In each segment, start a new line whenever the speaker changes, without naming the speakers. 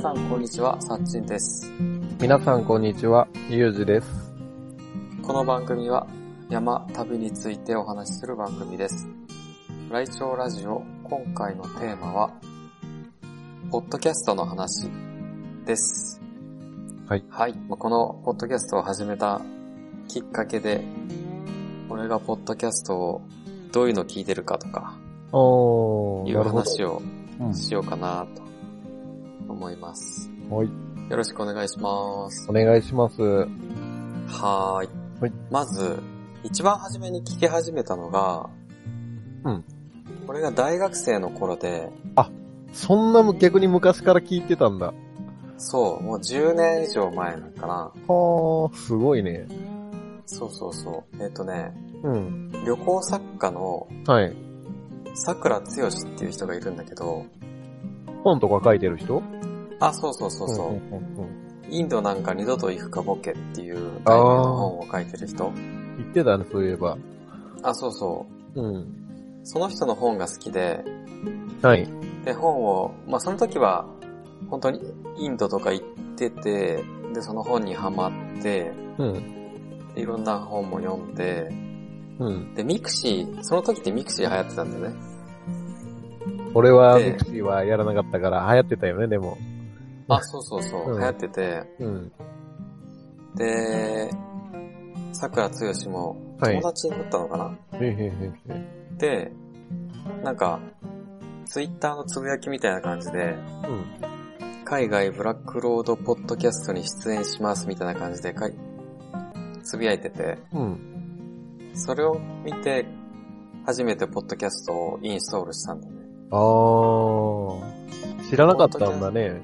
さんこんにちは、さっちんです。
皆さんこんにちは、ゆうじです。
この番組は山、旅についてお話しする番組です。来庁ラジオ、今回のテーマは、ポッドキャストの話です。
はい。
はい。まあこのポッドキャストを始めたきっかけで、俺がポッドキャストをどういうの聞いてるかとか、
お
いう話を
う
しようかなと思います。
ん。はい。
よろしくお願いします。
お願いします。う
はーい。
はい
まず、一番初めに聞き始めたのが、
うん。
これが大学生の頃で、
そんな逆に昔から聞いてたんだ。
そう、もう10年以上前なんかな。
はあ、すごいね。
そうそうそう。えっ、とね、
うん。
旅行作家の
はい。
桜剛っていう人がいるんだけど、
本とか書いてる人
あ、そうそうそうそう。
んんうん
インドなんか二度と行くかボケっていう題名の本を書いてる人。
うん言ってたね、そういえば。
あ、そうそう。
うん。
その人の本が好きで、
はい。
で、本を、まあ、その時は、本当にインドとか行ってて、で、その本にハマって、
うん。
でいろんな本も読んで、
うん。
で、ミクシー、その時ってミクシー流行ってたんだよね。
俺は、
ええ
ミクシーはやらなかったから、流行ってたよね、でも。
あ、そうそうそうう、
ん
流行ってて、
うん。
で、桜つよしも
はい
友達になったのかな、
へへへへ。
で、なんか、ツイッターのつぶやきみたいな感じで、
うん。
海外ブラックロードポッドキャストに出演しますみたいな感じでかい、つぶやいてて、
うん。
それを見て、初めてポッドキャストをインストールしたんだよね。
あー。知らなかったんだね。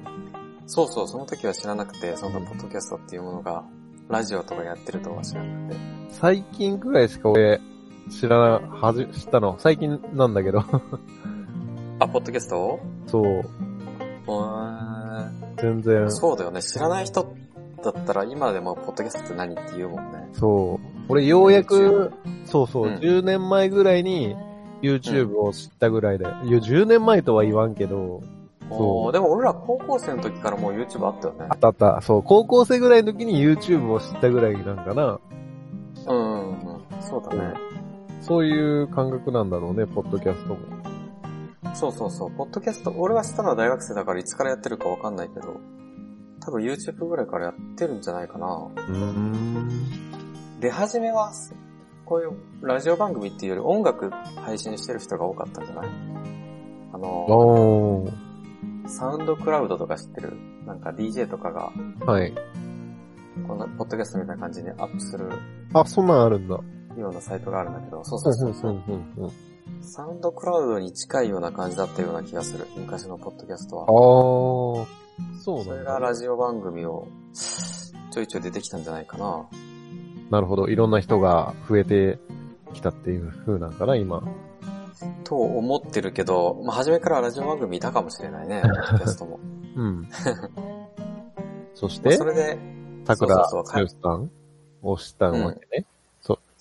そうそう、その時は知らなくて、そんなポッドキャストっていうものが、ラジオとかやってるとは知らなくて。
最近くらいしか俺、知らな、はじ、知ったの。最近なんだけど。
あ、ポッドキャストを
そう。
うーん
全然。
そうだよね。知らない人だったら、今でもポッドキャストって何って言うもんね。
そう。俺ようやく、そうそう、
うん
10年前ぐらいに YouTube を知ったぐらいで。いや、10年前とは言わんけど、そう
おーでも俺ら高校生の時からもう YouTube あったよね
あ。ったあった。そう、高校生ぐらいの時に YouTube を知ったぐらいなんかな。
うんうんうん。そうだね。
そういう感覚なんだろうね、ポッドキャストも。
そうそうそう。ポッドキャスト、俺は知ったのは大学生だからいつからやってるかわかんないけど、多分 YouTube ぐらいからやってるんじゃないかな。
うーん。
出始めは、こういうラジオ番組っていうより音楽配信してる人が多かったんじゃないあの、
おー。
サウンドクラウドとか知ってるなんか DJ とかが、
はい。
こんなポッドキャストみたいな感じにアップする
あ、そんなんあるんだ。
ようなサイトがあるんだけど、そう
う
そ
ん
うそう
うんうんうん。
サウンドクラウドに近いような感じだったような気がする。昔のポッドキャスト
あ
は。
ー。そう
そ
な
れ
ん
が
だ。
ラジオ番組をちょいちょい出てきたんじゃないかな。
なるほど。いろんな人が増えてきたっていう風なんかな、今。
と思ってるけど、まあ、初めからラジオ番組いたかもしれない ね、ポッドキャストも。
うん。そし
まあ
て
そ、れで、
桜剛
そうそうそう
さんを知ったわけね。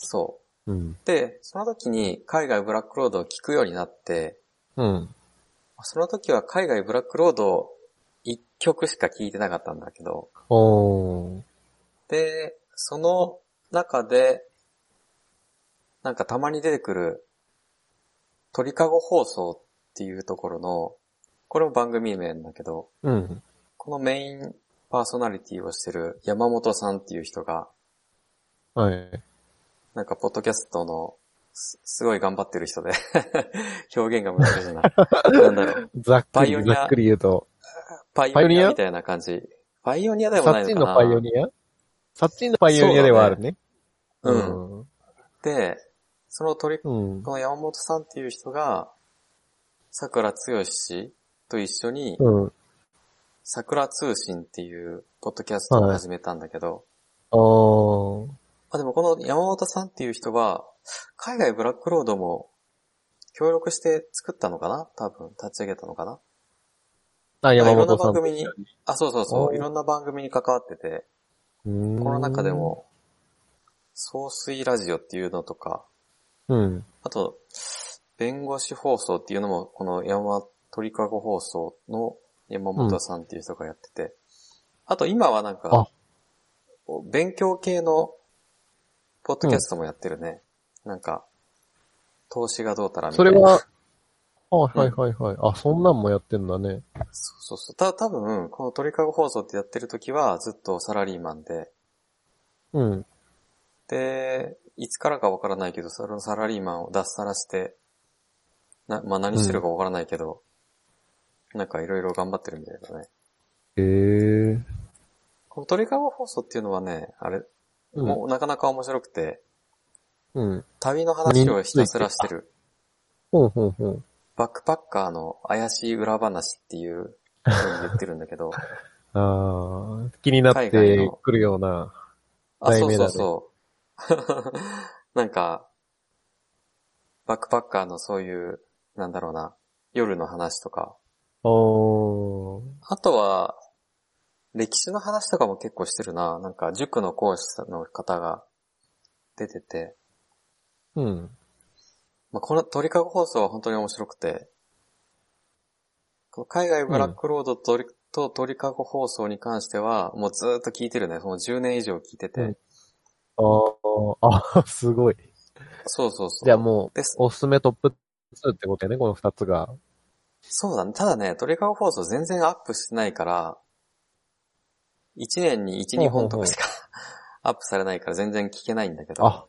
そう。
うん。
で、その時に海外ブラックロードを聞くようになって、
うん。
その時は海外ブラックロードを一曲しか聞いてなかったんだけど、
おー。
で、その中で、なんかたまに出てくる、鳥かご放送っていうところの、これも番組名なんだけど、
うん。
このメインパーソナリティをしてる山本さんっていう人が、
はい。
なんか、ポッドキャストの、すすごい頑張ってる人で、 表現が難しいな。なんだろう。
ざっく
パイオ
り、
ニア
ざっくり言うと、
パイ
パイ
オ
オ
ニ
ニ
ア
ア
みたいな感じ。パイオニアでも
サ
ない
ッ
の
チ
か
ン
な。
のパイオニアサッチンのパイオニアではあるね。
そうだねで、その鳥、こ
うん。うん。
の山本さんっていう人が、桜つよしと一緒に、
うん。
桜通信っていうポッドキャストを始めたんだけど、
おー。
まあでもこの山本さんっていう人は、海外ブラックロードも協力して作ったのかな多分、立ち上げたのかな
あ、山本
まあ
さ
いろんな番
ん。
組に、あ、そうそうそ
お
う、
ー
いろんな番組に関わってて、この
の
中で。も、総水ラジオっていうのとか、
うん。
あと、弁護士放送っていうのも、この山鳥かご放送の山本さんっていう人がやってて。あと今はなん
あ
か、こう勉強系の、ポッドキャストもやってるね。なんか、投資がどうたらみた
そ
いな。
れは、はいはいはいはい。あ、そんなんもやってんだね。
そうそうそう。た、多分この鳥かご放送ってやってる時はずっとサラリーマンで、
うん。
で、いつからかわからないけど、そのサラリーマンを脱サラして、な、まあ、何してるかわからないけど、なんかいろいろ頑張ってるみたいだね。
へえ。
この鳥かご放送っていうのはね、あれ、
うん。
もうなかなか面白くて、
うん。
旅の話をひたすらしてる、
ほんほんほん。
バックパッカーの怪しい裏話っていう風に言ってるんだけ ど、
ああ、気になってくるような。
あ、
題
そう
名
そ
だ
う
ね
そう。 なんか、バックパッカーのそういう、なんだろうな、夜の話とか、
おー。
あとは、歴史の話とかも結構してるな。なんか、塾の講師の方が出てて、
うん。
まあ、この鳥かご放送は本当に面白くて、この海外ブラックロードと鳥,、と鳥かご放送に関しては、もうずーっと聞いてるね。その10年以上聞いてて。
うんあーあ、すごい。
そうそうそう。
じゃあも
です
う、おすすめトップ2ってことやね、この2つが。
そうだね。ただね、トリガー放送全然アップしてないから、1年に1、
ほ
2
うほうほう
本とかしかアップされないから全然聞けないんだけど。
あ。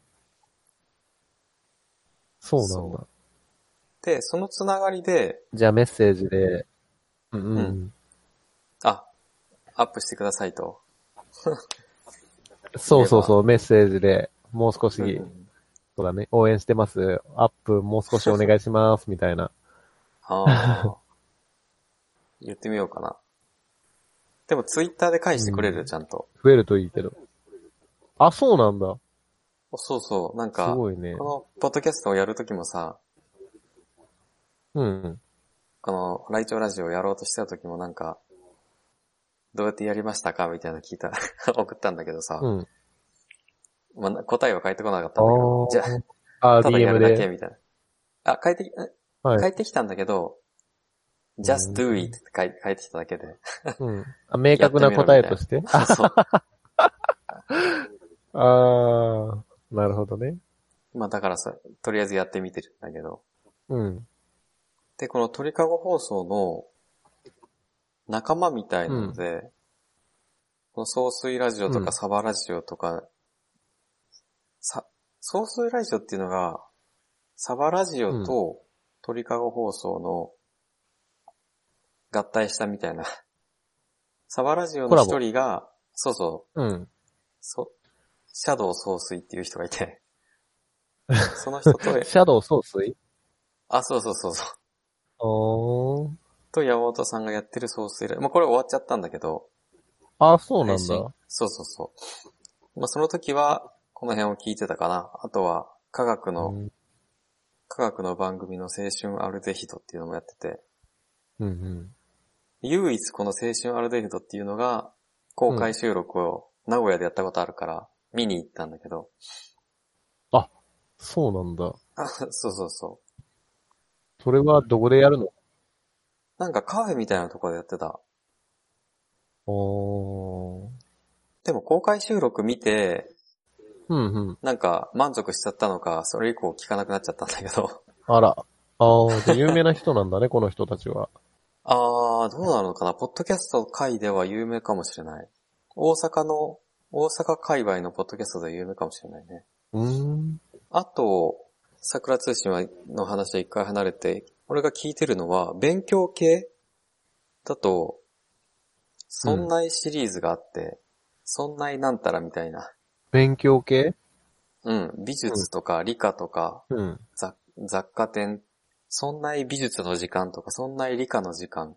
そうなんだ。
で、そのつながりで、
じゃあメッセージで、うんう。
うんあ、アップしてくださいと。
そうそうそう、メッセージで、もう少し、
うん
そうだね、応援してます。アップもう少しお願いします、みたいな。
あ あ。言ってみようかな。でもツイッターで返してくれる、
うん
ちゃんと。
増えるといいけど。あ、そうなんだ。
そうそう、なん
す
か、こ
ごいね。
のポッドキャストをやるときもさ、
うん。
この、ライチョウラジオをやろうとしてた時もなんか、どうやってやりましたかみたいなの聞いた、 送ったんだけどさ、
うん。
まあ、な答えは返ってこなかったんだけど、じゃ
あ
あ、
ー、
ただや
DM
るだけ
で。
みたいな。あ、返ってき、
はい
返ってきたんだけど、just do it って返返ってきただけで。
うん。あ明確な答えとして。
そうそう。
ああー、なるほどね。
まあだからさ、とりあえずやってみてるんだけど。
うん。
で、この鳥かご放送の仲間みたいなので、この総水ラジオと
うん
かサバラジオとか、さ、総水ラジオっていうのが、サバラジオと鳥かご放送の合体したみたいな。サバラジオの
コラボ
一人が、そうそう、
うん。
そ、シャドウ総水っていう人がい て、その人と、
シャドウ総帥
あ、そうそうそうそう。
おー。
と山本さんがやってるソース入れ、まあ、これ終わっちゃったんだけど、
あ、そうなん
配信
だ。。
そうそうそう。まあ、その時は、この辺を聞いてたかな。あとは、科学の、
うん
科学の番組の青春アルデヒドっていうのもやってて、
うん
唯一この青春アルデヒドっていうのが、公開収録を名古屋でやったことあるから、見に行ったんだけど、
そうなんだ。
あそうそうそ
それはどこでやるの
う。なんかカフェみたいなところでやってた。
おー。
でも公開収録見て、
うんうん。
なんか満足しちゃったのか、それ以降聞かなくなっちゃったんだけど。
あら。あー、じゃあ有名な人なんだね、 この人たちは。
あー、どうなのかな。ポッドキャスト界では有名かもしれない。大阪の、大阪界隈のポッドキャストでは有名かもしれないね。
うーん。
あと、桜通信はの話は一回離れて、俺が聞いてるのは、勉強系だと、そんないシリーズがあって、そんないなんたらみたいな。
勉強系
うん、美術とか理科とか、
うん。
雑雑貨店、そんない美術の時間とか、そんない理科の時間、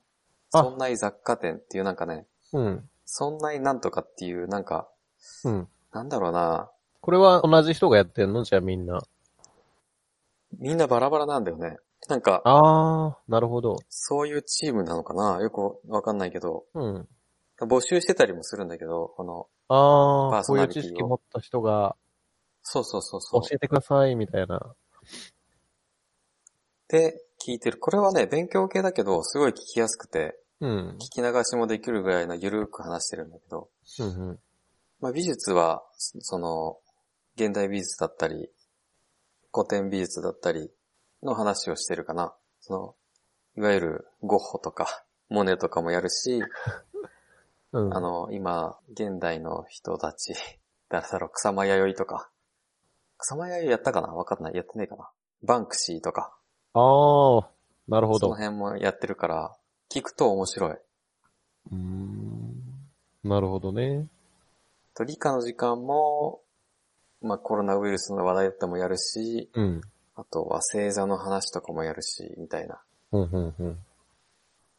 あ
そんない雑貨店っていうなんかね、
うん。
そんなになんとかっていう、なんか、
うん。
なんだろうな。
これは同じ人がやってんのじゃあみんな。
みんなバラバラなんだよね。なんか、
あー、なるほど。
そういうチームなのかなよくわかんないけど。
うん。
募集してたりもするんだけど、この、
あ
パー
ー、
ソ
こうい
ナ
う
リティ
知
を
識持った人が
そうそうそうそ
教
う。
えてください、みたいな。
で、聞いてる。これはね、勉強系だけど、すごい聞きやすくて、
うん。
聞き流しもできるぐらいのゆるく話してるんだけど、
うんうん。
まあ、美術は、そその、現代美術だったり、古典美術だったりの話をしてるかな。その、いわゆるゴッホとか、モネとかもやるし、
うん。
あの、今、現代の人たち、 誰だろう、草間弥生とか、草間弥生やったかなわかんない。やってないかな。バンクシーとか、
ああ、なるほ
そ
ど
の。辺もやってるから、聞くと面白い。
うーん。なるほどね。
と、理科の時間も、まあ、コロナウイルスの話題だってもやるし、
うん。
あとは星座の話とかもやるし、みたいな。
うん、うん、うん。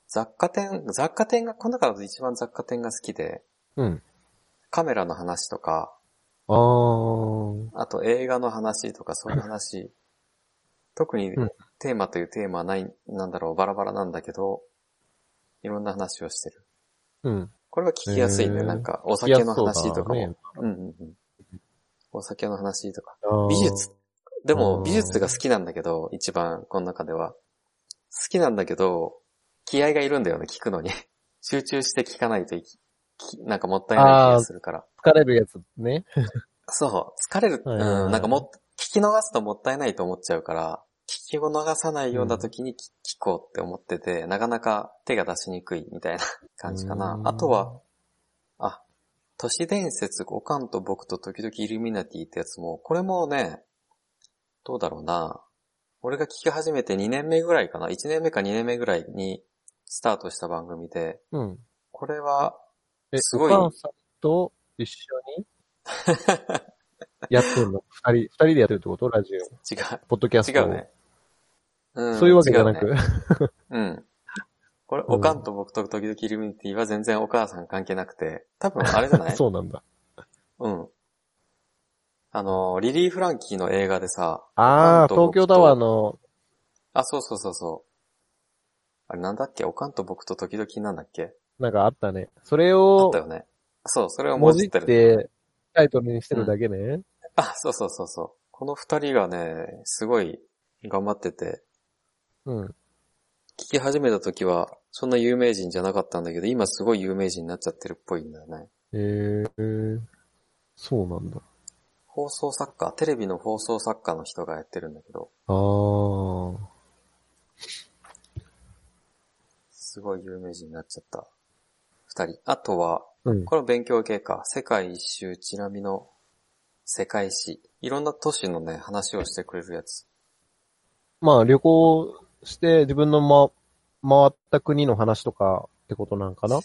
雑貨店、雑貨店が、この中だと一番雑貨店が好きで、
うん。
カメラの話とか、
あー。
あと映画の話とかそういう話、特に
うん
テーマというテーマはない、なんだろう、バラバラなんだけど、いろんな話をしてる。
うん。
これは聞きやすいね。
へー
なんか、お酒の
聞きやすそ
話
うだ
とかも。
ね
うんうんうん。お酒の話とか。
あー
美術。で
う
も、
ん
美術が好きなんだけど、一番、この中では。好きなんだけど、気合がいるんだよね、聞くのに。 集中して聞かないといき、きなんかもったいない気がするから。
疲れるやつね。
そう、疲れる、
は
うん、
いはいはい
なんかもっ、聞き逃すともったいないと思っちゃうから、聞きを逃さないような時にき聞こうって思ってて、なかなか手が出しにくいみたいな感じかな
う。ん
あとは、あ、都市伝説、おかんと僕と時々イルミナティってやつも、これもね、どうだろうな。俺が聞き始めて2年目ぐらいかな。1年目か2年目ぐらいにスタートした番組で、
うん。
これは、
え、
すごい
お母さんと一緒 にやってるの二人、二人でやってるってことラジオ。
違
ポッドキャ
う、
ス
違
トを。
うね。うん
そういうわけじゃな
違う
く。
ねうん。これ、
うん
おかんと僕と時々イルミニティは全然お母さん関係なくて、多分あれじゃない
そうなんだ。
うん。あの、リリー・フランキーの映画でさ、お
あ
かん
あ、
と
東京タワーの、
あ、そうそうそうそう。あれなんだっけおかんと僕と時々なんだっけ
なんかあったね。それ
あっ
を
た、よね。そう、それをも
文
じ
字
っ
って
る。
て、タイトルにしてるだけね。
あ、そうそうそうそう。この二人がね、すごい頑張ってて、
うん。
聞き始めた時は、そんな有名人じゃなかったんだけど、今すごい有名人になっちゃってるっぽいんだよね。
えー、そうなんだ。
放送作家、テレビの放送作家の人がやってるんだけど、
ああ。
すごい有名人になっちゃった。二人。あとは、
うん。
この勉強系か、世界一周ちなみの世界史。いろんな都市のね、話をしてくれるやつ。
まあ、旅行して自分の、ま、回った国の話とかってことなんかな、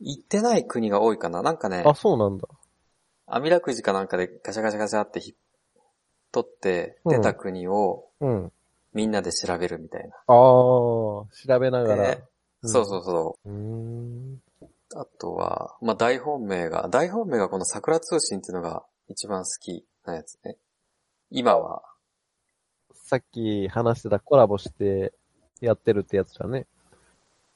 行ってない国が多いかななんかね、
あ、そうなんだ。
網ラくじかなんかでガシャガシャガシャってひ取って
うん
出た国を
うん。
みんなで調べるみたい
ああ、調べな
な。
がら。。
でそうそううそう
うーん。
う。あとは、まあ、大本命が、大本命がこの桜通信っていうのが一番好きなやつね。今は、
さっき話してたコラボしてやってるってやつだね。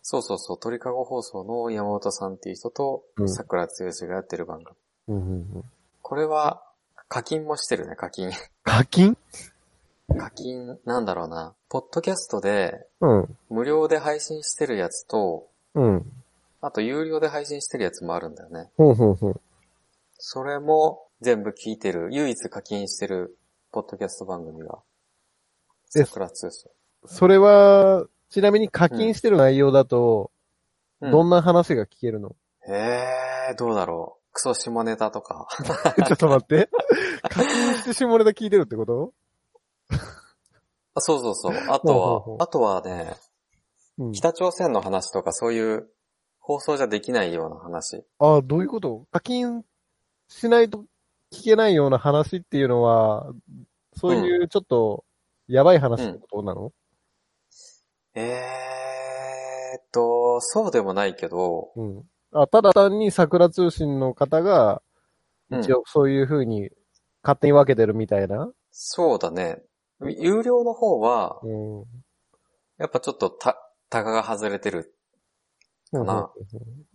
そうそうそう、鳥かご放送の山本さんっていう人と
うん、
桜つよしがやってる番組。
うんうんうん。
これは、課金もしてるね、課金。
課金
課金、なんだろうな。ポッドキャストで、
うん。
無料で配信してるやつと、
うん。
あと有料で配信してるやつもあるんだよね。
ほんほんほん。
それも全部聞いてる、唯一課金してる、ポッドキャスト番組が、
え
桜通信。
それは、ちなみに課金してる内容だと、
うん
どんな話が聞けるの、
えー、どうだろう。クソ下ネタとか。
ちょっと 待って。課金して下ネタ聞いてるってこと
あそうそうそう。あ
ほうほう
と
ほう
は、あとはね、
うん。
北朝鮮の話とかそういう放送じゃできないような話。
ああ、どういうこと課金しないと聞けないような話っていうのは、そういうちょっと、やばい話ってことなの、
えーっと、そうでもないけど、
うん、あ。ただ単に桜通信の方が、
うん
一応そういう風に勝手に分けてるみたいな。
そうだね。有料の方は、
うん。
やっぱちょっとた、たかが外れてる。な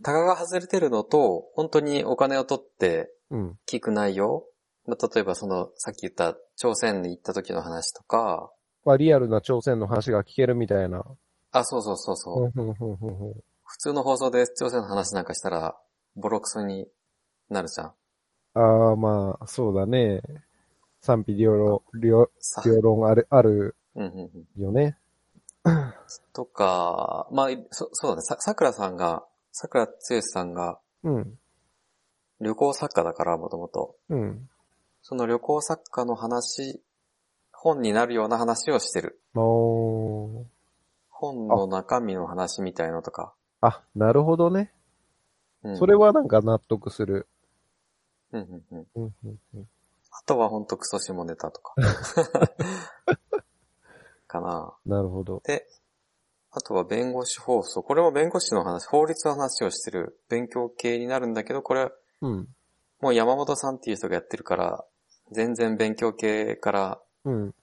たかが外れてるのと、本当にお金を取って
うん。
聞く内容。まあ例えばその、さっき言った朝鮮に行った時の話とか、
まあ、リアルな朝鮮の話が聞けるみたいな。
あ、そうそうそうそうう。
んうんうんうんうん
普通の放送で視聴者の話なんかしたら、ボロクソになるじゃん。
ああ、まあ、そうだね。賛否両論、両
さ、
両論ある、ある
うんうんうん。
よね。
とか、まあ、そそうだね。さ、桜さんが、桜剛さんが
うん。
旅行作家だから、もともと。
うん。
その旅行作家の話、本になるような話をしてる。
おー。
本の中身の話みたいのとか。
あ、なるほどね。
うん、
それはなんか納得する。
うんうんうん。
うん、うん、うん。
あとはほんとクソ下ネタと か。かな
なるほど。
で、あとは弁護士放送。これも弁護士の話、法律の話をしてる勉強系になるんだけど、これ、
うん。
もう山本さんっていう人がやってるから、全然勉強系から
うん。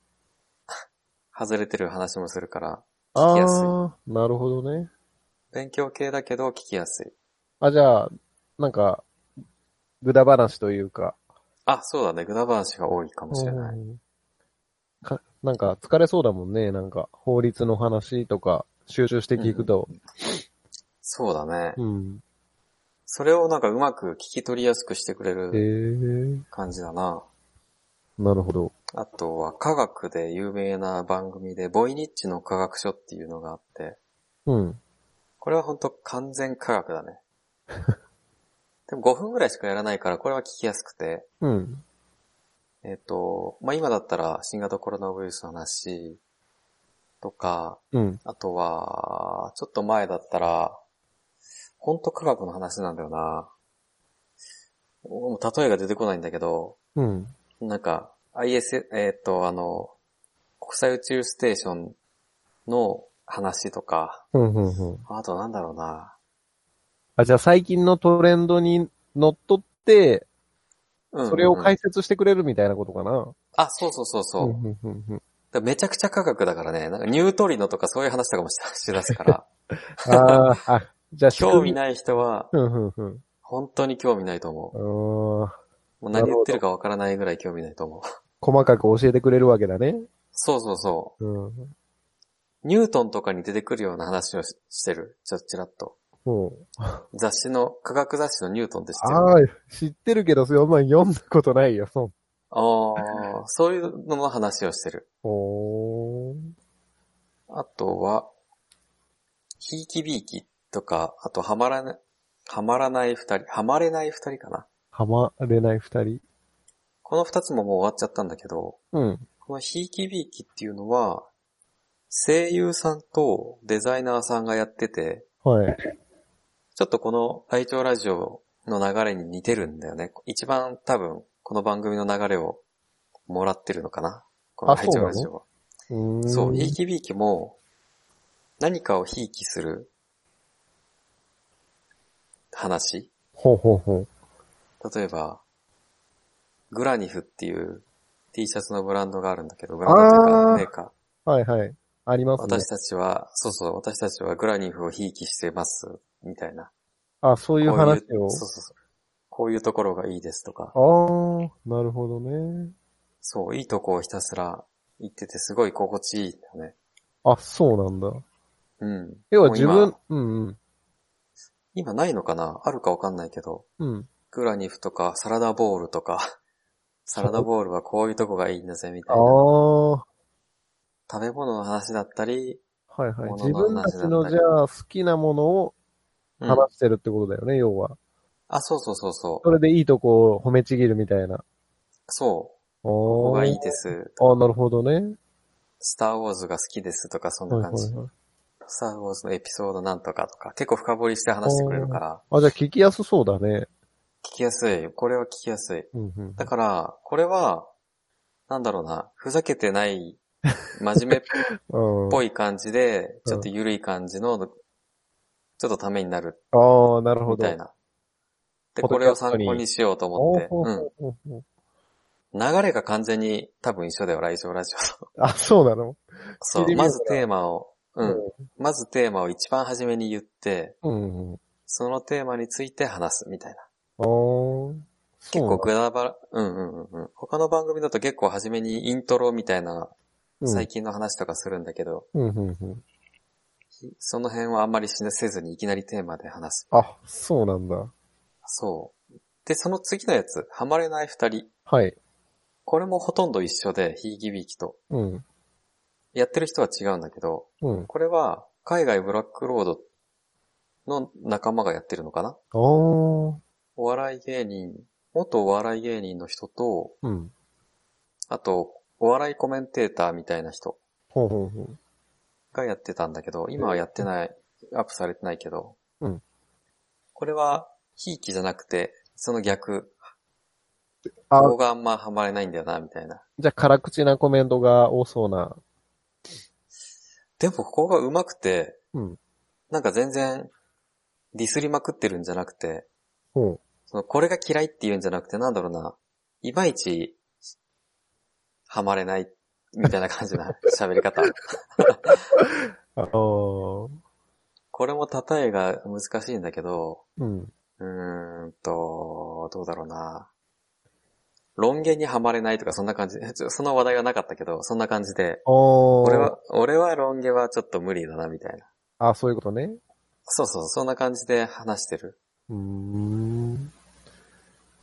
外れてる話もするから、聞
あ
きやすい。
あー、なるほどね。
勉強系だけど聞きやすい。
あ、じゃあ、なんか、ぐだ話というか。
あ、そうだね。グダバンシが多いかもしれない。
うんかなんか疲れそうだもんね。なんか、法律の話とか、集中して聞くと。
そうだね。
うん。
それをなんかうまく聞き取りやすくしてくれ
へえ
る
ー、
感じだな。
なるほど。
あとは科学で有名な番組で、ボイニッチの科学書っていうのがあって、
うん。
これは本当完全科学だ ね。でも5分ぐらいしかやらないから、これは聞きやすくて、
うん。
えっ、と、まあ、今だったら新型コロナウイルスの話とか、
うん。
あとは、ちょっと前だったら、本当科学の話なんだよな。もう例えが出てこないんだけど、
うん。
なんか、IS、えっ、と、あの、国際宇宙ステーションの話とか、
うん。うん。うん。
あとなんだろうな。
あ、じゃあ最近のトレンドに乗っ取って、
うんうんうん
それを解説してくれるみたいなことかな。
あ、そうそうそうそう。だか
んうんうん。
らめちゃくちゃ科学だからね、なんかニュートリノとかそういう話とかもししだす から、
あーあ、じゃあ
興味
い。
ない人は
うんうんうん。
本当に興味ないと思う。
あー
もう何言ってるかわからないぐらい興味ないと思う。
細かく教えてくれるわけだね。
そうそうそ
うん。
う。ニュートンとかに出てくるような話をししてる。ちょ、ちらっと。
うん。
雑誌の、科学雑誌のニュートンって知ってる
ああ、知ってるけど、それお前読んだことないよ、そん
ああ、そういうのの話をしてる。
おー。
あとは、ひいきびいきとか、あとはまらない、はまらない二人、はまれない二人かな。
はまれない二人。
この二つももう終わっちゃったんだけど、
うん。
このひいきびいきっていうのは、声優さんとデザイナーさんがやってて、
はい。
ちょっとこのライチョウラジオの流れに似てるんだよね。一番多分、この番組の流れをもらってるのかな。この
あ
ライチョウラジオは。
うーん。
そう、ひいきびいきも、何かをひいきする話。
ほうほうほ
例えば、グラニフっていう T シャツのブランドがあるんだけど、ブラ
あー
ンドというかメーカー。
う。はいはい。ありますね
私。たちは、そうそう、私たちはグラニフをひいきしてます、みたいな。
あ、そういう
こ
話
そう
を。
そうそう。こういうところがいいですとか、
ああ、なるほどね。
そう、いいとこをひたすら行っててすごい心地いいんだよね。
あ、そうなんだ。
うん。
要は
もう
自
今
分、うんうん。
今ないのかなあるかわかんないけど。
うん。
グラニフとかサラダボールとか、サラダボールはこういうとこがいいんだぜみた
あ
いな。
あ、は
食べ物の話だったり、
いはい。
物
自
の話
分たちの
だったり
じゃあ好きなものを
うん
話してるってことだよね、要は。
あ、そうそうそうそ。
そうれでいいとこを褒めちぎるみたいな。
そう。ここ
おー。
がいいです。
ああ、なるほどね。
スターウォーズが好きですとか、そん
はい
な
は
感じ
い。はい。
スターウォーズのエピソードなんとかとか、結構深掘りして話してくれるから、
あ、じゃあ聞きやすそうだね。
聞きやすい。これは聞きやすい。
うんうん。
だから、これは、なんだろうな、ふざけてない、真面目っ
うん。
ぽい感じで、
うん
ちょっと緩い感じの、ちょっとためになる
ああ、なるほ
み
ど。
たいな。で、
ポッ
こ
ドキ
れを
ャス
参
トに
考にしようと
お
思っ
ー
て、
ほう
うん。
ほうほう
流れが完全に多分一緒だよ、来週ラジ オと。
あ、そうなの
そ
聞いて
う、
みよ
ま
うかな
ずテーマを、うん。まずテーマを一番初めに言って、
うん。うん。
そのテーマについて話すみたいな。
おー。
結構
そう
グダバラ、うんうんうんうん。他の番組だと結構初めにイントロみたいな
なの
最近の話とかするんだけど、
うんうんうん。
その辺はあんまりしなせずにいきなりテーマで話す。
あ、そうなんだ。
そう。で、その次のやつ、ハマれない二人。
はい。
これもほとんど一緒で、ひいきびきと。
うん。
やってる人は違うんだけど、
うん。
これは海外ブラックロードの仲間がやってるのかな
あー。
お笑い芸人、元お笑い芸人の人と、
うん。
あと、お笑いコメンテーターみたいな人
ほうほうほう。
がやってたんだけど、今はやってない、アップされてないけど、
うん
これは、ひいきじゃなくて、その逆、
あ
ここがあんまハマれないんだよな、みたいな。
じゃあ、辛口なコメントが多そうな。
でも、ここが上手くて、
うん。
なんか全然、ディスりまくってるんじゃなくて、
ほ
その、これが嫌いって言うんじゃなくて、なんだろうな、いまいち、ハマれない、みたいな感じな喋り 方。
う。あー。
これも例えが難しいんだけど、
うん。
うーんと、どうだろうな。論言にはまれないとか、そんな感じ。 ちょその話題はなかったけど、そんな感じで、
あー。
俺は、俺は論言はちょっと無理だな、みたいな。
あ、そういうことね。
そうそう、そんな感じで話してる。
うーん。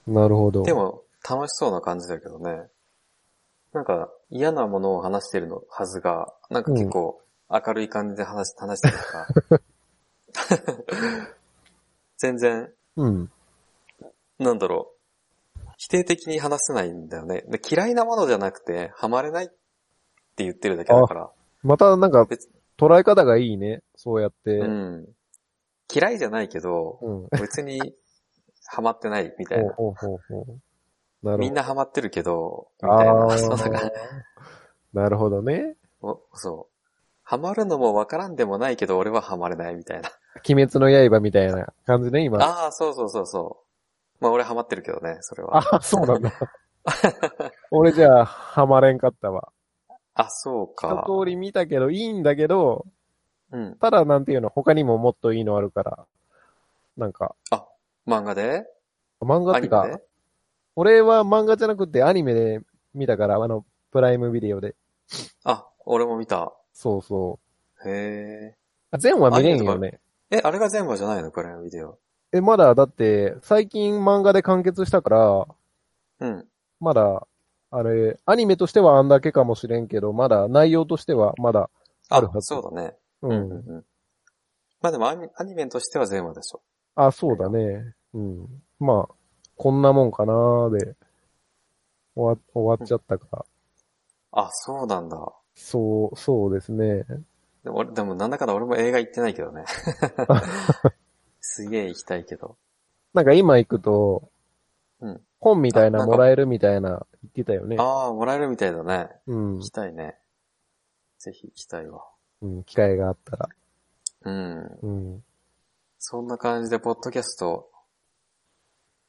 なるほど。
でも、楽しそうな感じだけどね。なんか、嫌なものを話してるのはずが、なんか結構、明るい感じで話し、話してるから。全然、
うん。
なんだろう。否定的に話せないんだよね。で嫌いなものじゃなくて、ハマれないって言ってるだけだから。
またなんか
別、
捉え方がいいね。そうやって。
うん。嫌いじゃないけど、
うん。
別にハマってないみたいな。
ほうほうほうほう。なる
み
ほ
ん
ど。
なハマってるけど、みたい
あ
な。
ー
そうだから、
なるほどね。
おそう。ハマるのもわからんでもないけど、俺はハマれないみたいな。
鬼滅の刃みたいな感じね、今。
ああ、そうそうそうそう。まあ俺ハマってるけどね、それは。
あ、そ うなんだ。俺じゃあ、ハマれんかったわ。
あ、そう
一
か。
通り見たけど、いいんだけど、
うん。
ただなんていうの、他にももっといいのあるから。なんか、
漫画で
漫画
ア
って
ニ
か
メで、
俺は漫画じゃなくてアニメで見たから、あの、プライムビデオで。
あ、俺も見た。
そうそ
へえ。
う。あ全話見れんよ
アニメ
ね。
え、あれが全部じゃないのプライムビデオ。
え、まだだって、最近漫画で完結したから、
うん。
まだ、あれ、アニメとしてはあんだけかもしれんけど、まだ内容としてはまだ、
あ
あるはず
そうだね。
う。
うんうんん。まあでもアニアニメとしては全話でしょ。
あ、そうだね。うん。まあ、こんなもんかなーで、終わ、終わっちゃったか。
あ、そうなんだ。
そう、そうですね。
でも俺、でもなんだかんだ俺も映画行ってないけど ね。すげえ行きたいけど。
なんか今行くと、
うん
本みたい
あな
なん
か
もらえるみたいな言ってたよね。
ああ、もらえるみたいだね。
うん
行。きたいね。ぜひ行きたいわ。
うん、機会があったら。
うん。
うん。
そんな感じで、ポッドキャスト。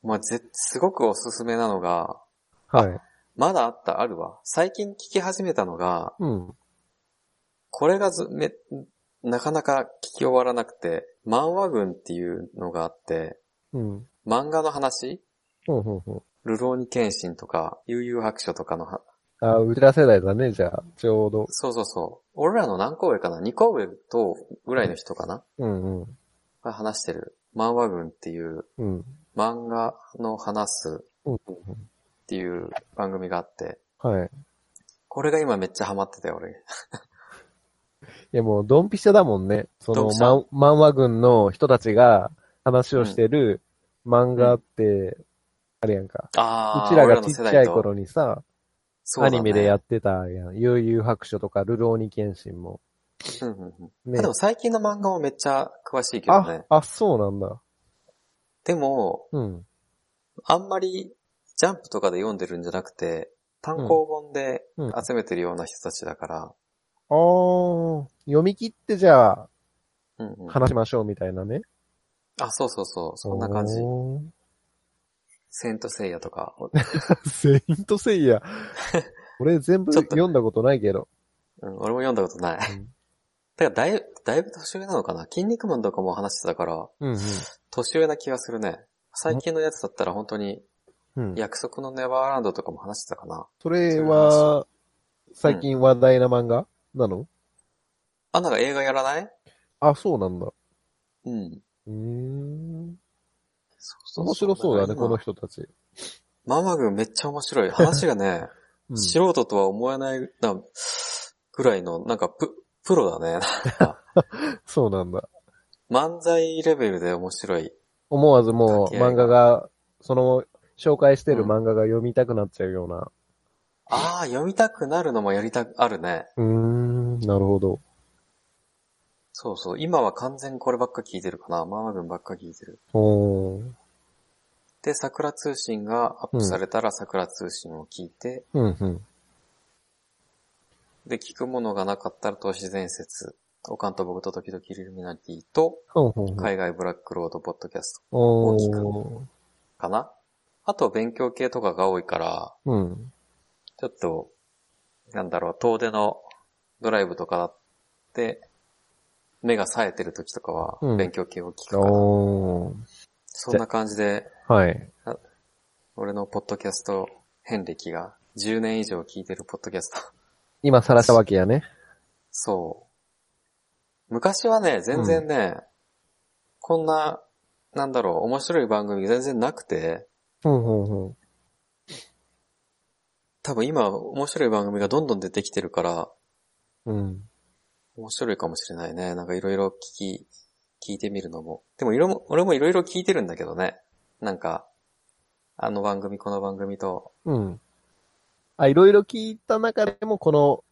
まあ、ぜ、すごくおすすめなのが、
はい。
まだあった、あるわ。最近聞き始めたのが、
うん。
これがず、め、なかなか聞き終わらなくて、漫画群っていうのがあって、
うん。
漫画の話
ほうほうほう。
ルローニケンシンとか、悠々白書とかのは、
あ、うちら世代だね、じゃあ、ちょうど。
そうそうそう。俺らの何個上かな ?2 個上と、ぐらいの人かな、
うんうん。
が話してる、漫画群っていう、
うん。
漫画の話す
うんうんうん
っていう番組があって、
はい。
これが今めっちゃハマってたよ、俺。
いやもう、ドンピシャだもんね。そ
ドン
の、
ピシャ
ま、漫画軍の人たちが話をしてる漫画って、あれやんか。
ああ、
うちら
俺ら
が
の
ちっち
世
ゃ
代
い
と
頃にさ、
そう
ア
だね
ニメでやってたやん。悠々白書とか、ルローニケンシンも。
うんうんうん
ね
あでも最近の漫画もめっちゃ詳しいけど
あ
ね。、
あ、そうなんだ。
でも、
うん。
あんまりジャンプとかで読んでるんじゃなくて、単行本で
うん
集めてるような人たちだから、
あー、読み切ってじゃあ、
うんうん
話しましょうみたいなね。
あ、そうそうそう、そんな感じ。
おー
セントセイヤと か。
セイント セイヤ。俺全部
ちょっと
読んだことないけど。
うん、俺も読んだことない。だ
うん
からだいぶ、だいぶ年上なのかな筋肉マンとかも話してたから、
うんうん。
年上な気がするね。最近のやつだったら本当に、
うん、
約束のネバーランドとかも話してたかな。
それは、最近話題な漫画なの、
あ、なんか映画やらない
あ、そうなんだ。
うん。
うーん。
そうそ
面白そうだね、この。人たち。
ママ軍めっちゃ面白い。話がね、
うん、
素人とは思えないなぐらいの、なんかプ、プロだね。
そうなんだ。
漫才レベルで面白い。
思わずも
掛
う
け合い
漫画が、その、紹介してる漫画が読みたくなっちゃうような。
ああ、読みたくなるのもやりたく、あるね。
うーん、なるほど。
そうそう。今は完全にこればっか聞いてるかな。ママ軍ばっか聞いてる。
おー。
で、桜通信がアップされたら桜通信を聞いて、
うん、うん。
で、聞くものがなかったら都市伝説、オカンと僕と時々イルミナティと、
ほんほんほん。
海外ブラックロードポッドキャス
お
大きく
ー。
トかな。あと勉強系とかが多いから、
うん。
ちょっと、なんだろう、遠出のドライブとかだって、目が冴えてる時とかは
うん
勉強系を聞くから、
おー。
そんな感じで、
はい。
俺のポッドキャスト遍歴が10年以上聞いてるポッドキャスト。
今さらしたわけやね。
そう。昔はね、全然ね、こんな、なんだろう、面白い番組が全然なくて、
うん、うん、うん。
多分今面白い番組がどんどん出てきてるから、
うん。
面白いかもしれないね。なんかいろいろ聞き、聞いてみるのも。でもいろも、俺もいろいろ聞いてるんだけどね。なんか、あの番組、この番組と、
うん。あ、いろいろ聞いた中でも、この、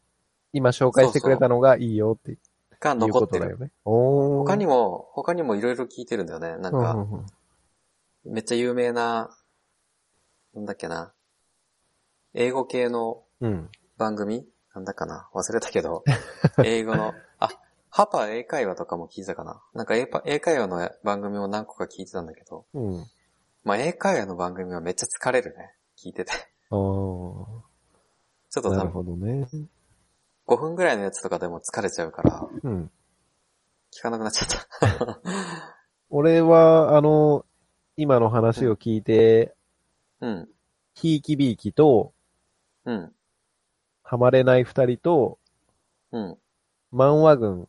今紹介してくれたのがいいよっていう
が残
こ
って
とだ
る。
よね。おー。
他に
も、
も、他にもいろいろ聞いてるんだよね。なん
うんう
か、
んうん、
めっちゃ有名な、なんだっけな。英語系の
うん。
番組なんだかな忘れたけ ど。英語の、あ、ハパ英会話とかも聞いたかななんか英パ英会話の番組も何個か聞いてたんだけど。
うん。
まあ、英会話の番組はめっちゃ疲れるね。聞いてて。
あ
ちょっ
あ。
と
な
多分
るほどね。
5分ぐらいのやつとかでも疲れちゃうから、
うん。
聞かなくなっちゃった。
俺は、あの、今の話を聞いて、
うん、
ひいきびいきと、
うん、
はまれない二人と、
うん。
漫画軍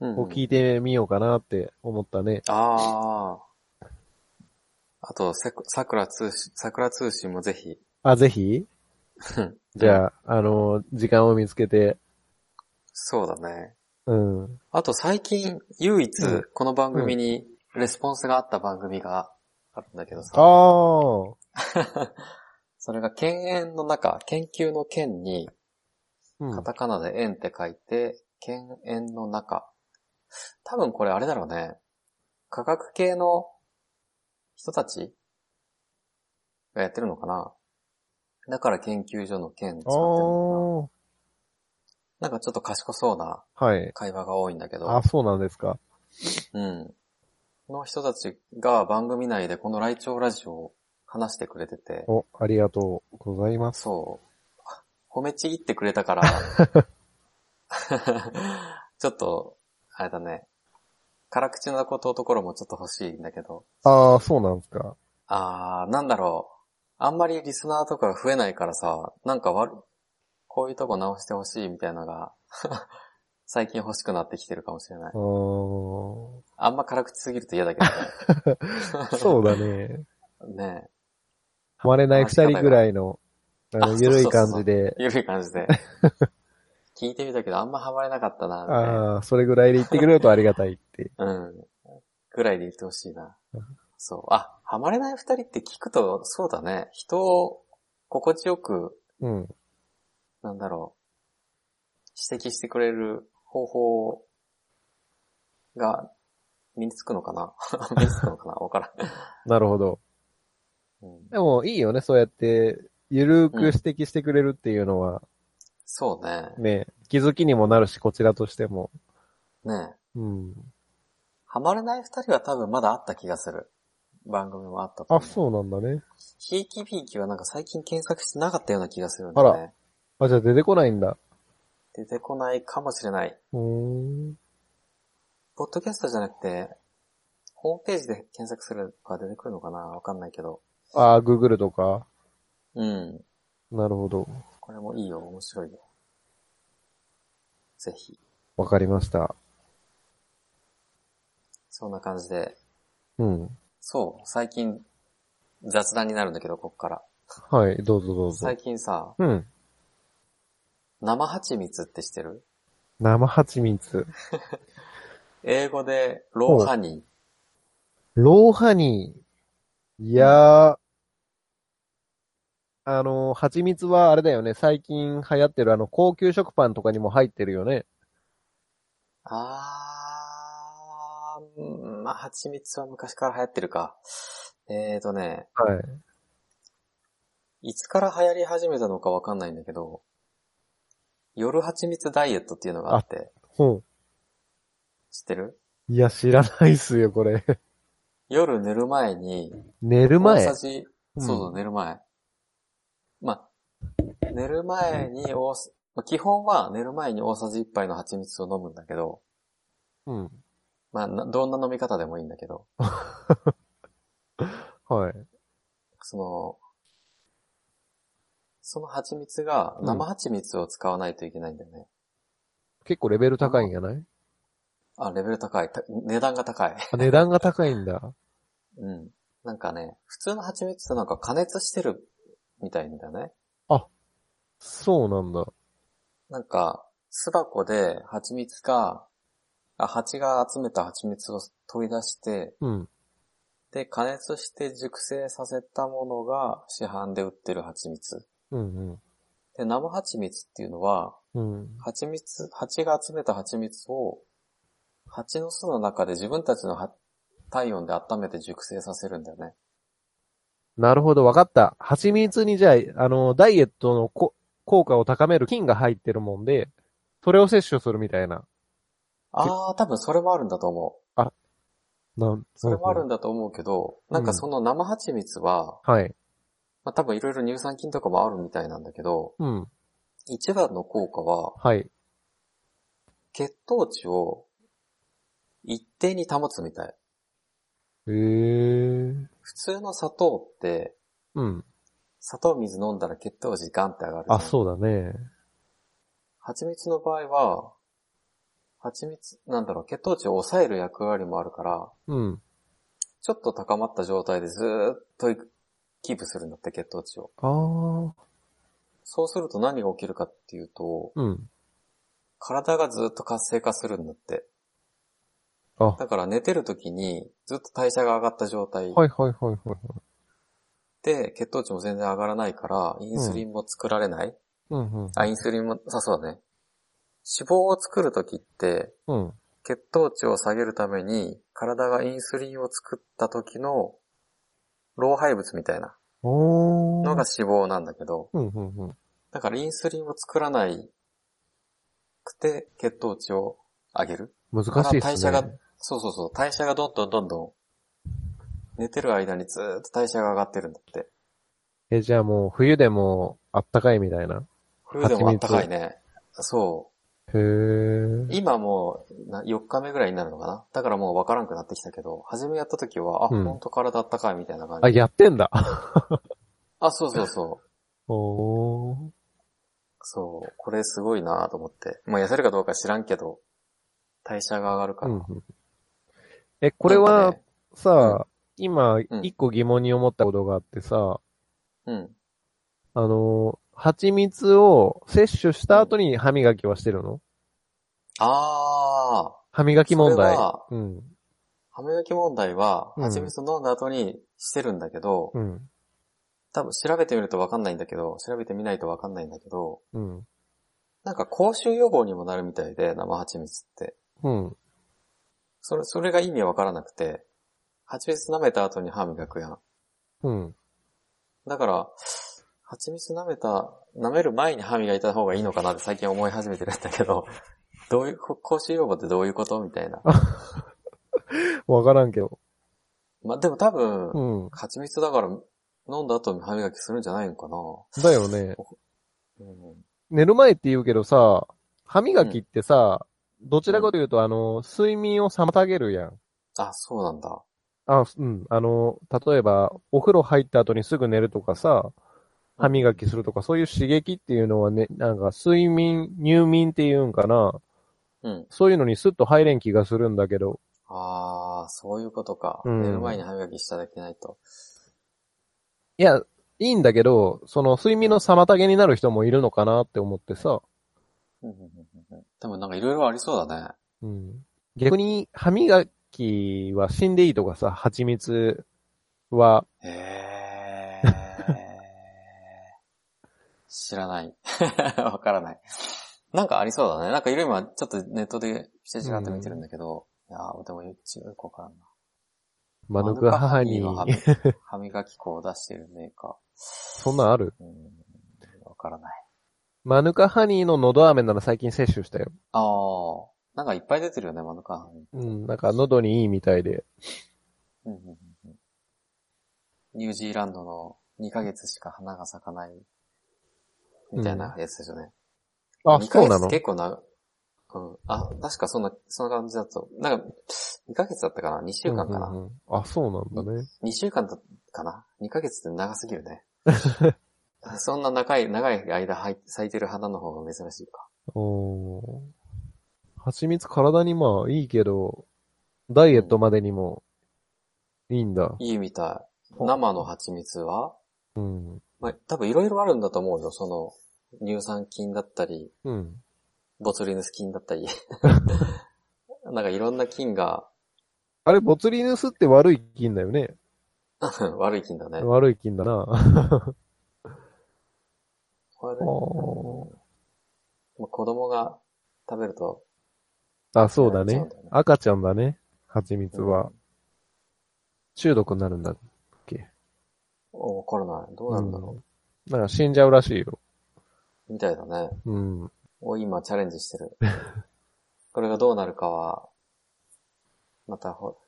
うん、
を聞いてみようかなって思ったね。
ああ。あと、さく桜通信、桜通信もぜひ。
あ、ぜひ
うん
じゃあ、あの、時間を見つけて、
そうだね。
うん。
あと最近、唯一
うん、
この番組にレスポンスがあった番組があるんだけど
あ
さ。
あ。
それが、犬猿の中、研究の剣に、
うん
カタカナで円って書いて、犬猿の中。多分これあれだろうね。科学系の人たちがやってるのかなだから研究所の剣使って
あ
るの
あ。
かななんかちょっと賢そうな
はい。
会話が多いんだけど
あ、、そうなんですか。
うん。の人たちが番組内でこの来庁ラジオを話してくれてて、
お、ありがとうございます。
そう。褒めちぎってくれたから、ちょっと、あれだね。辛口なことところもちょっと欲しいんだけど。
ああ、そうなんですか。。
あー、なんだろう。あんまりリスナーとかが増えないからさ、なんか悪い、こういうとこ直してほしいみたいなのが、 最近欲しくなってきてるかもしれないう
ーん
あんま辛口すぎると嫌だけ
そうだね。
どね。ね
はまれない二人ぐらいの、あ
あ
の、ゆるい感じで、
え。緩い感じで。聞いてみたけどあんまハマれなかったな、みたいな。
ああ、それぐらいで言ってくれるとありがたいって。
うん。ぐらいで言ってほしいな。そう。あ、ハマれない二人って聞くと、そうだね。人を心地よく、
うん。
なんだろう、指摘してくれる方法が身につくのかな 身につくのかなわから
なるほど。
ん、うん。
でも、いいよね、そうやって、ゆるく指摘してくれるっていうのは、
そうね。
ね、気づきにもなるし、こちらとしても。
ねえ
うん。
ハマれない二人は多分まだあった気がする。番組もあったと思
あ、
う
そうなんだね。
ひいきびいきはなんか最近検索してなかったような気がするんだ
あら
ね。
あ、じゃあ出てこないんだ。
出てこないかもしれない。
うーん。
ポッドキャストじゃなくて、ホームページで検索するか出てくるのかなわかんないけど。
ああ、グーグルとか。
うん。
なるほど。
これもいいよ、面白いよ。ぜひ。
わかりました。
そんな感じで。
うん。
そう、最近、雑談になるんだけど、こっから。
はい、どうぞどうぞ
最。近さ、
うん。
生蜂蜜って知ってる
生蜂蜜。
英語で、ローハニー。
ローハニー。いやー。あの、蜂蜜はあれだよね。最近流行ってるあの、高級食パンとかにも入ってるよね。
あー、うんまあ、蜂蜜は昔から流行ってるか。えーとね、
はい。
いつから流行り始めたのかわかんないんだけど、夜蜂蜜ダイエットっていうのがあって、
ほ
知ってる
う。いや、知らないっすよ、こ れ。
夜寝る前に、
寝る前。
大さじ、そうそう、
ん
寝る前。まあ、寝る前に大さ、まあ、基本は寝る前に大さじ1杯の蜂蜜を飲むんだけど、
うん。
まあ、などんな飲み方でもいいんだけど、
はい。
その、その蜂蜜が
うん
生蜂蜜を使わないといけないんだよね。
結構レベル高いんじゃない
あ、レベル高い。た値段が高い。
あ値段が高いんだ。
うん。なんかね、普通の蜂蜜ってなんか加熱してるみたいんだね。
そうなんだ。
なんか、巣箱で蜂蜜が、あ、蜂が集めた蜂蜜を取り出して、
うん。
で、加熱して熟成させたものが市販で売ってる蜂蜜。
うん
で、生蜂蜜っていうのは、
うん。うん。
蜂蜜、蜂が集めた蜂蜜を、蜂の巣の中で自分たちのは体温で温めて熟成させるんだよね。
なるほど、わかった。蜂蜜にじゃあ、あの、ダイエットのこ効果を高める菌が入ってるもんで、それを摂取するみたいな。
あー、多分それもあるんだと思う。
なん
それもあるんだと思うけど、なんかその生蜂蜜は、
はい。
まあ多分いろいろ乳酸菌とかもあるみたいなんだけど、
うん。
一番の効果は、
はい。
血糖値を一定に保つみたい。
えー。
普通の砂糖って、
うん。
砂糖水飲んだら血糖値ガンって上がる。
あ、そうだね。
蜂蜜の場合は、蜂蜜、なんだろう、血糖値を抑える役割もあるから、
うん。
ちょっと高まった状態でずーっといくキープするんだって、血糖値を。
あー。
そうすると何が起きるかっていうと、
うん。
体がずーっと活性化するんだって。
あ、は
だから寝てる時にずっと代謝が上がった状態
いはいはいはいはい。
で、血糖値も全然上がらないから、インスリンも作られない、
うんうん。
あ、インスリンも、さそうだね。脂肪を作るときって、
うん。
血糖値を下げるために、体がインスリンを作った時の、老廃物みたいな
おー。
のが脂肪なんだけど、
うんうんうん。
だからインスリンを作らないくて、血糖値を上げる。
難
だから
しいっすね。
代謝が、そうそうそう、代謝がどんどんどんどん、寝てる間にずーっと代謝が上がってるんだって。
え、じゃあもう冬でもあったかいみたいな。
冬でもあったかいね。そう。
へー。
今もうな4日目ぐらいになるのかなだからもう分からんくなってきたけど、初めやった時は、あ、
うん
ほんと体あったかいみたいな感
あ、
じ。
やってんだ。
あ、そうそうそう。
おー。
そう、これすごいなと思って。まあ痩せるかどうか知らんけど、代謝が上がるから。
うんうんえ、これ
なんか
は
ね
さ、今、
うん
一個疑問に思ったことがあってさ、
うん。
あのー、蜂蜜を摂取した後に歯磨きはしてるの
あー、
歯磨き問
それ
題。
は
うん。
歯磨き問題は、
うん
蜂蜜飲んだ後にしてるんだけど、
うん。
多分調べてみると分かんないんだけど、調べてみないと分かんないんだけど、
うん。
なんか口臭予防にもなるみたいで、生蜂蜜って。
うん。
それ、それが意味わからなくて、蜂蜜舐めた後に歯磨くやん。
うん。
だから、蜂蜜舐めた、舐める前に歯磨いた方がいいのかなって最近思い始めてるんだけど、どういう、こ口臭予防ってどういうことみた いな。
わからんけど。
まあ、でも多分、
うん。
蜂蜜だから飲んだ後に歯磨きするんじゃないのかな。
だよね。
うん、
寝る前って言うけどさ、歯磨きってさ、どちらかというと、あのー、睡眠を妨げるやん。
あ、そうなんだ。
あ、うん。あのー、例えば、お風呂入った後にすぐ寝るとかさ、歯磨きするとか、そういう刺激っていうのはね、なんか睡眠、入眠っていうんかな。
うん。
そういうのにスッと入れん気がするんだけど、
ああ、そういうことか。
うん
寝る前に歯磨きしていただけないと。
いや、いいんだけど、その睡眠の妨げになる人もいるのかなって思ってさ。
うんうんうんうんでもなんかいろいろありそうだね。
うん。逆に、歯磨きは死んでいいとかさ、蜂蜜は、
えー、知らない。 わからない。なんかありそうだね。なんかいろいろ今、ちょっとネットでちらちらっと見てるんだけど、いやーでも違うよくわからんな。
マヌカハニ
マ
ー、
ヌカハニーの歯歯磨き粉を出してるメーカー。
そんなんある
うん、わからない。
マヌカハニーの喉飴なら最近摂取したよ。
あー、なんかいっぱい出てるよね、マヌカハニー。
うん、なんか喉にいいみたいで。
うんうんうんうんニュージーランドの2ヶ月しか花が咲かない、みたいなやつですよね。
あ、
2ヶ
そうな
月
の
結構な、うん。あ、確かそんな、そんな感じだと。なんか、2ヶ月だったかな ?2 週間かな、
うんうんうんあ、そうなんだね。
?2 週間だかな ?2 ヶ月って長すぎる ね。そんな長い、長い間はい咲いてる花の方が珍しいか。
おー。蜂蜜体にまあいいけど、ダイエットまでにもいいんだ。
いいみたい。生の蜂蜜は
うん。
まあ、多分いろいろあるんだと思うよ。その、乳酸菌だったり、
うん。
ボツリヌス菌だっ たり。なんかいろんな菌が、
あれ、ボツリヌスって悪い菌だよね。
悪い菌だね。
悪い菌だな。
これ
お
まあ子供が食べると、
ー あ、そうだ
や
ね
っちゃうんだよね。
赤ちゃんだね。蜂蜜は
うん。
中毒になるんだっけ。
おわからない。どうなんだろ
うんなんか死んじゃうらしいよ。
う。みたいだね。
うん。
を今チャレンジして る。これがどうなるかは、またほ、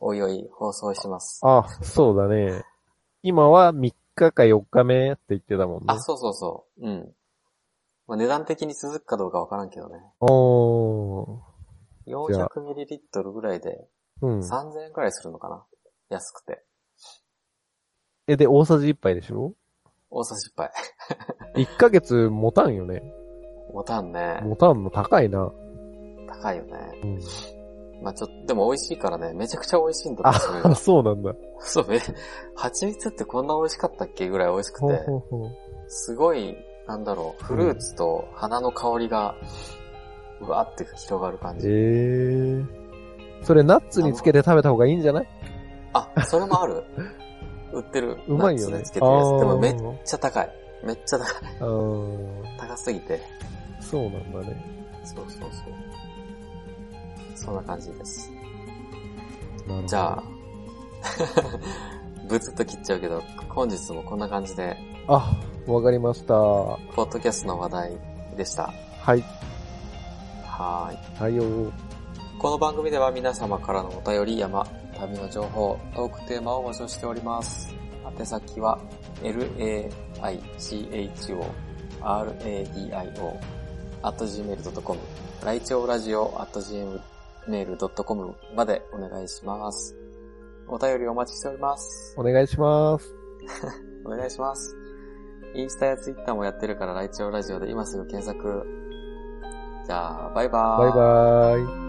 おいおい放送します。
あ、そうだね。今は3日か4日目って言ってたもんね。
あ、そうそうそう。うん。まあ、値段的に続くかどうかわからんけどね。
おー。じゃあ
400ml ぐらいで
うん。
3000円くらいするのかな、安くて。
え、で、大さじ1杯でしょ
大さじ1杯。
?1 ヶ月持たんよね。
持たんね。
持たんの高いな。
高いよね。
うん
まあちょっと、でも美味しいからね、めちゃくちゃ美味しいんだ
あ
って、それ
あ、
が。
そうなんだ。
そう、め、蜂蜜ってこんな美味しかったっけぐらい美味しく
ほう
て、
ほうほう。
すごい、なんだろう、フルーツと花の香りが、うわーって広がる感
え
じ。
ー。それナッツにつけて食べた方がいいんじゃない
あ、それもある。売ってる。
うまいよ
ナッツ
ね
でつけ。て
あ
るやつ。でも
ー
めっちゃ高い。めっちゃ高い。
あー。
高すぎて。
そうなんだね。
そうそうそう。そんな感じです。
なるほど
じゃあ、 ぶつっと切っちゃうけど、本日もこんな感じで、
あ、わかりました。は
ポッドキャストの話題でした。
い。
はーい。
はいよー。
この番組では皆様からのお便りや、ま、旅の情報、トークテーマを募集しております。宛先は、laicho, radio, at gmail.com、来庁ラジオ at gmail.com までお願いします。お便りお待ちしております。
お願いします。
お願いします。インスタやツイッターもやってるから、ライチョウラジオで今すぐ検索。じゃあ、バイバーイ。
バイバーイ。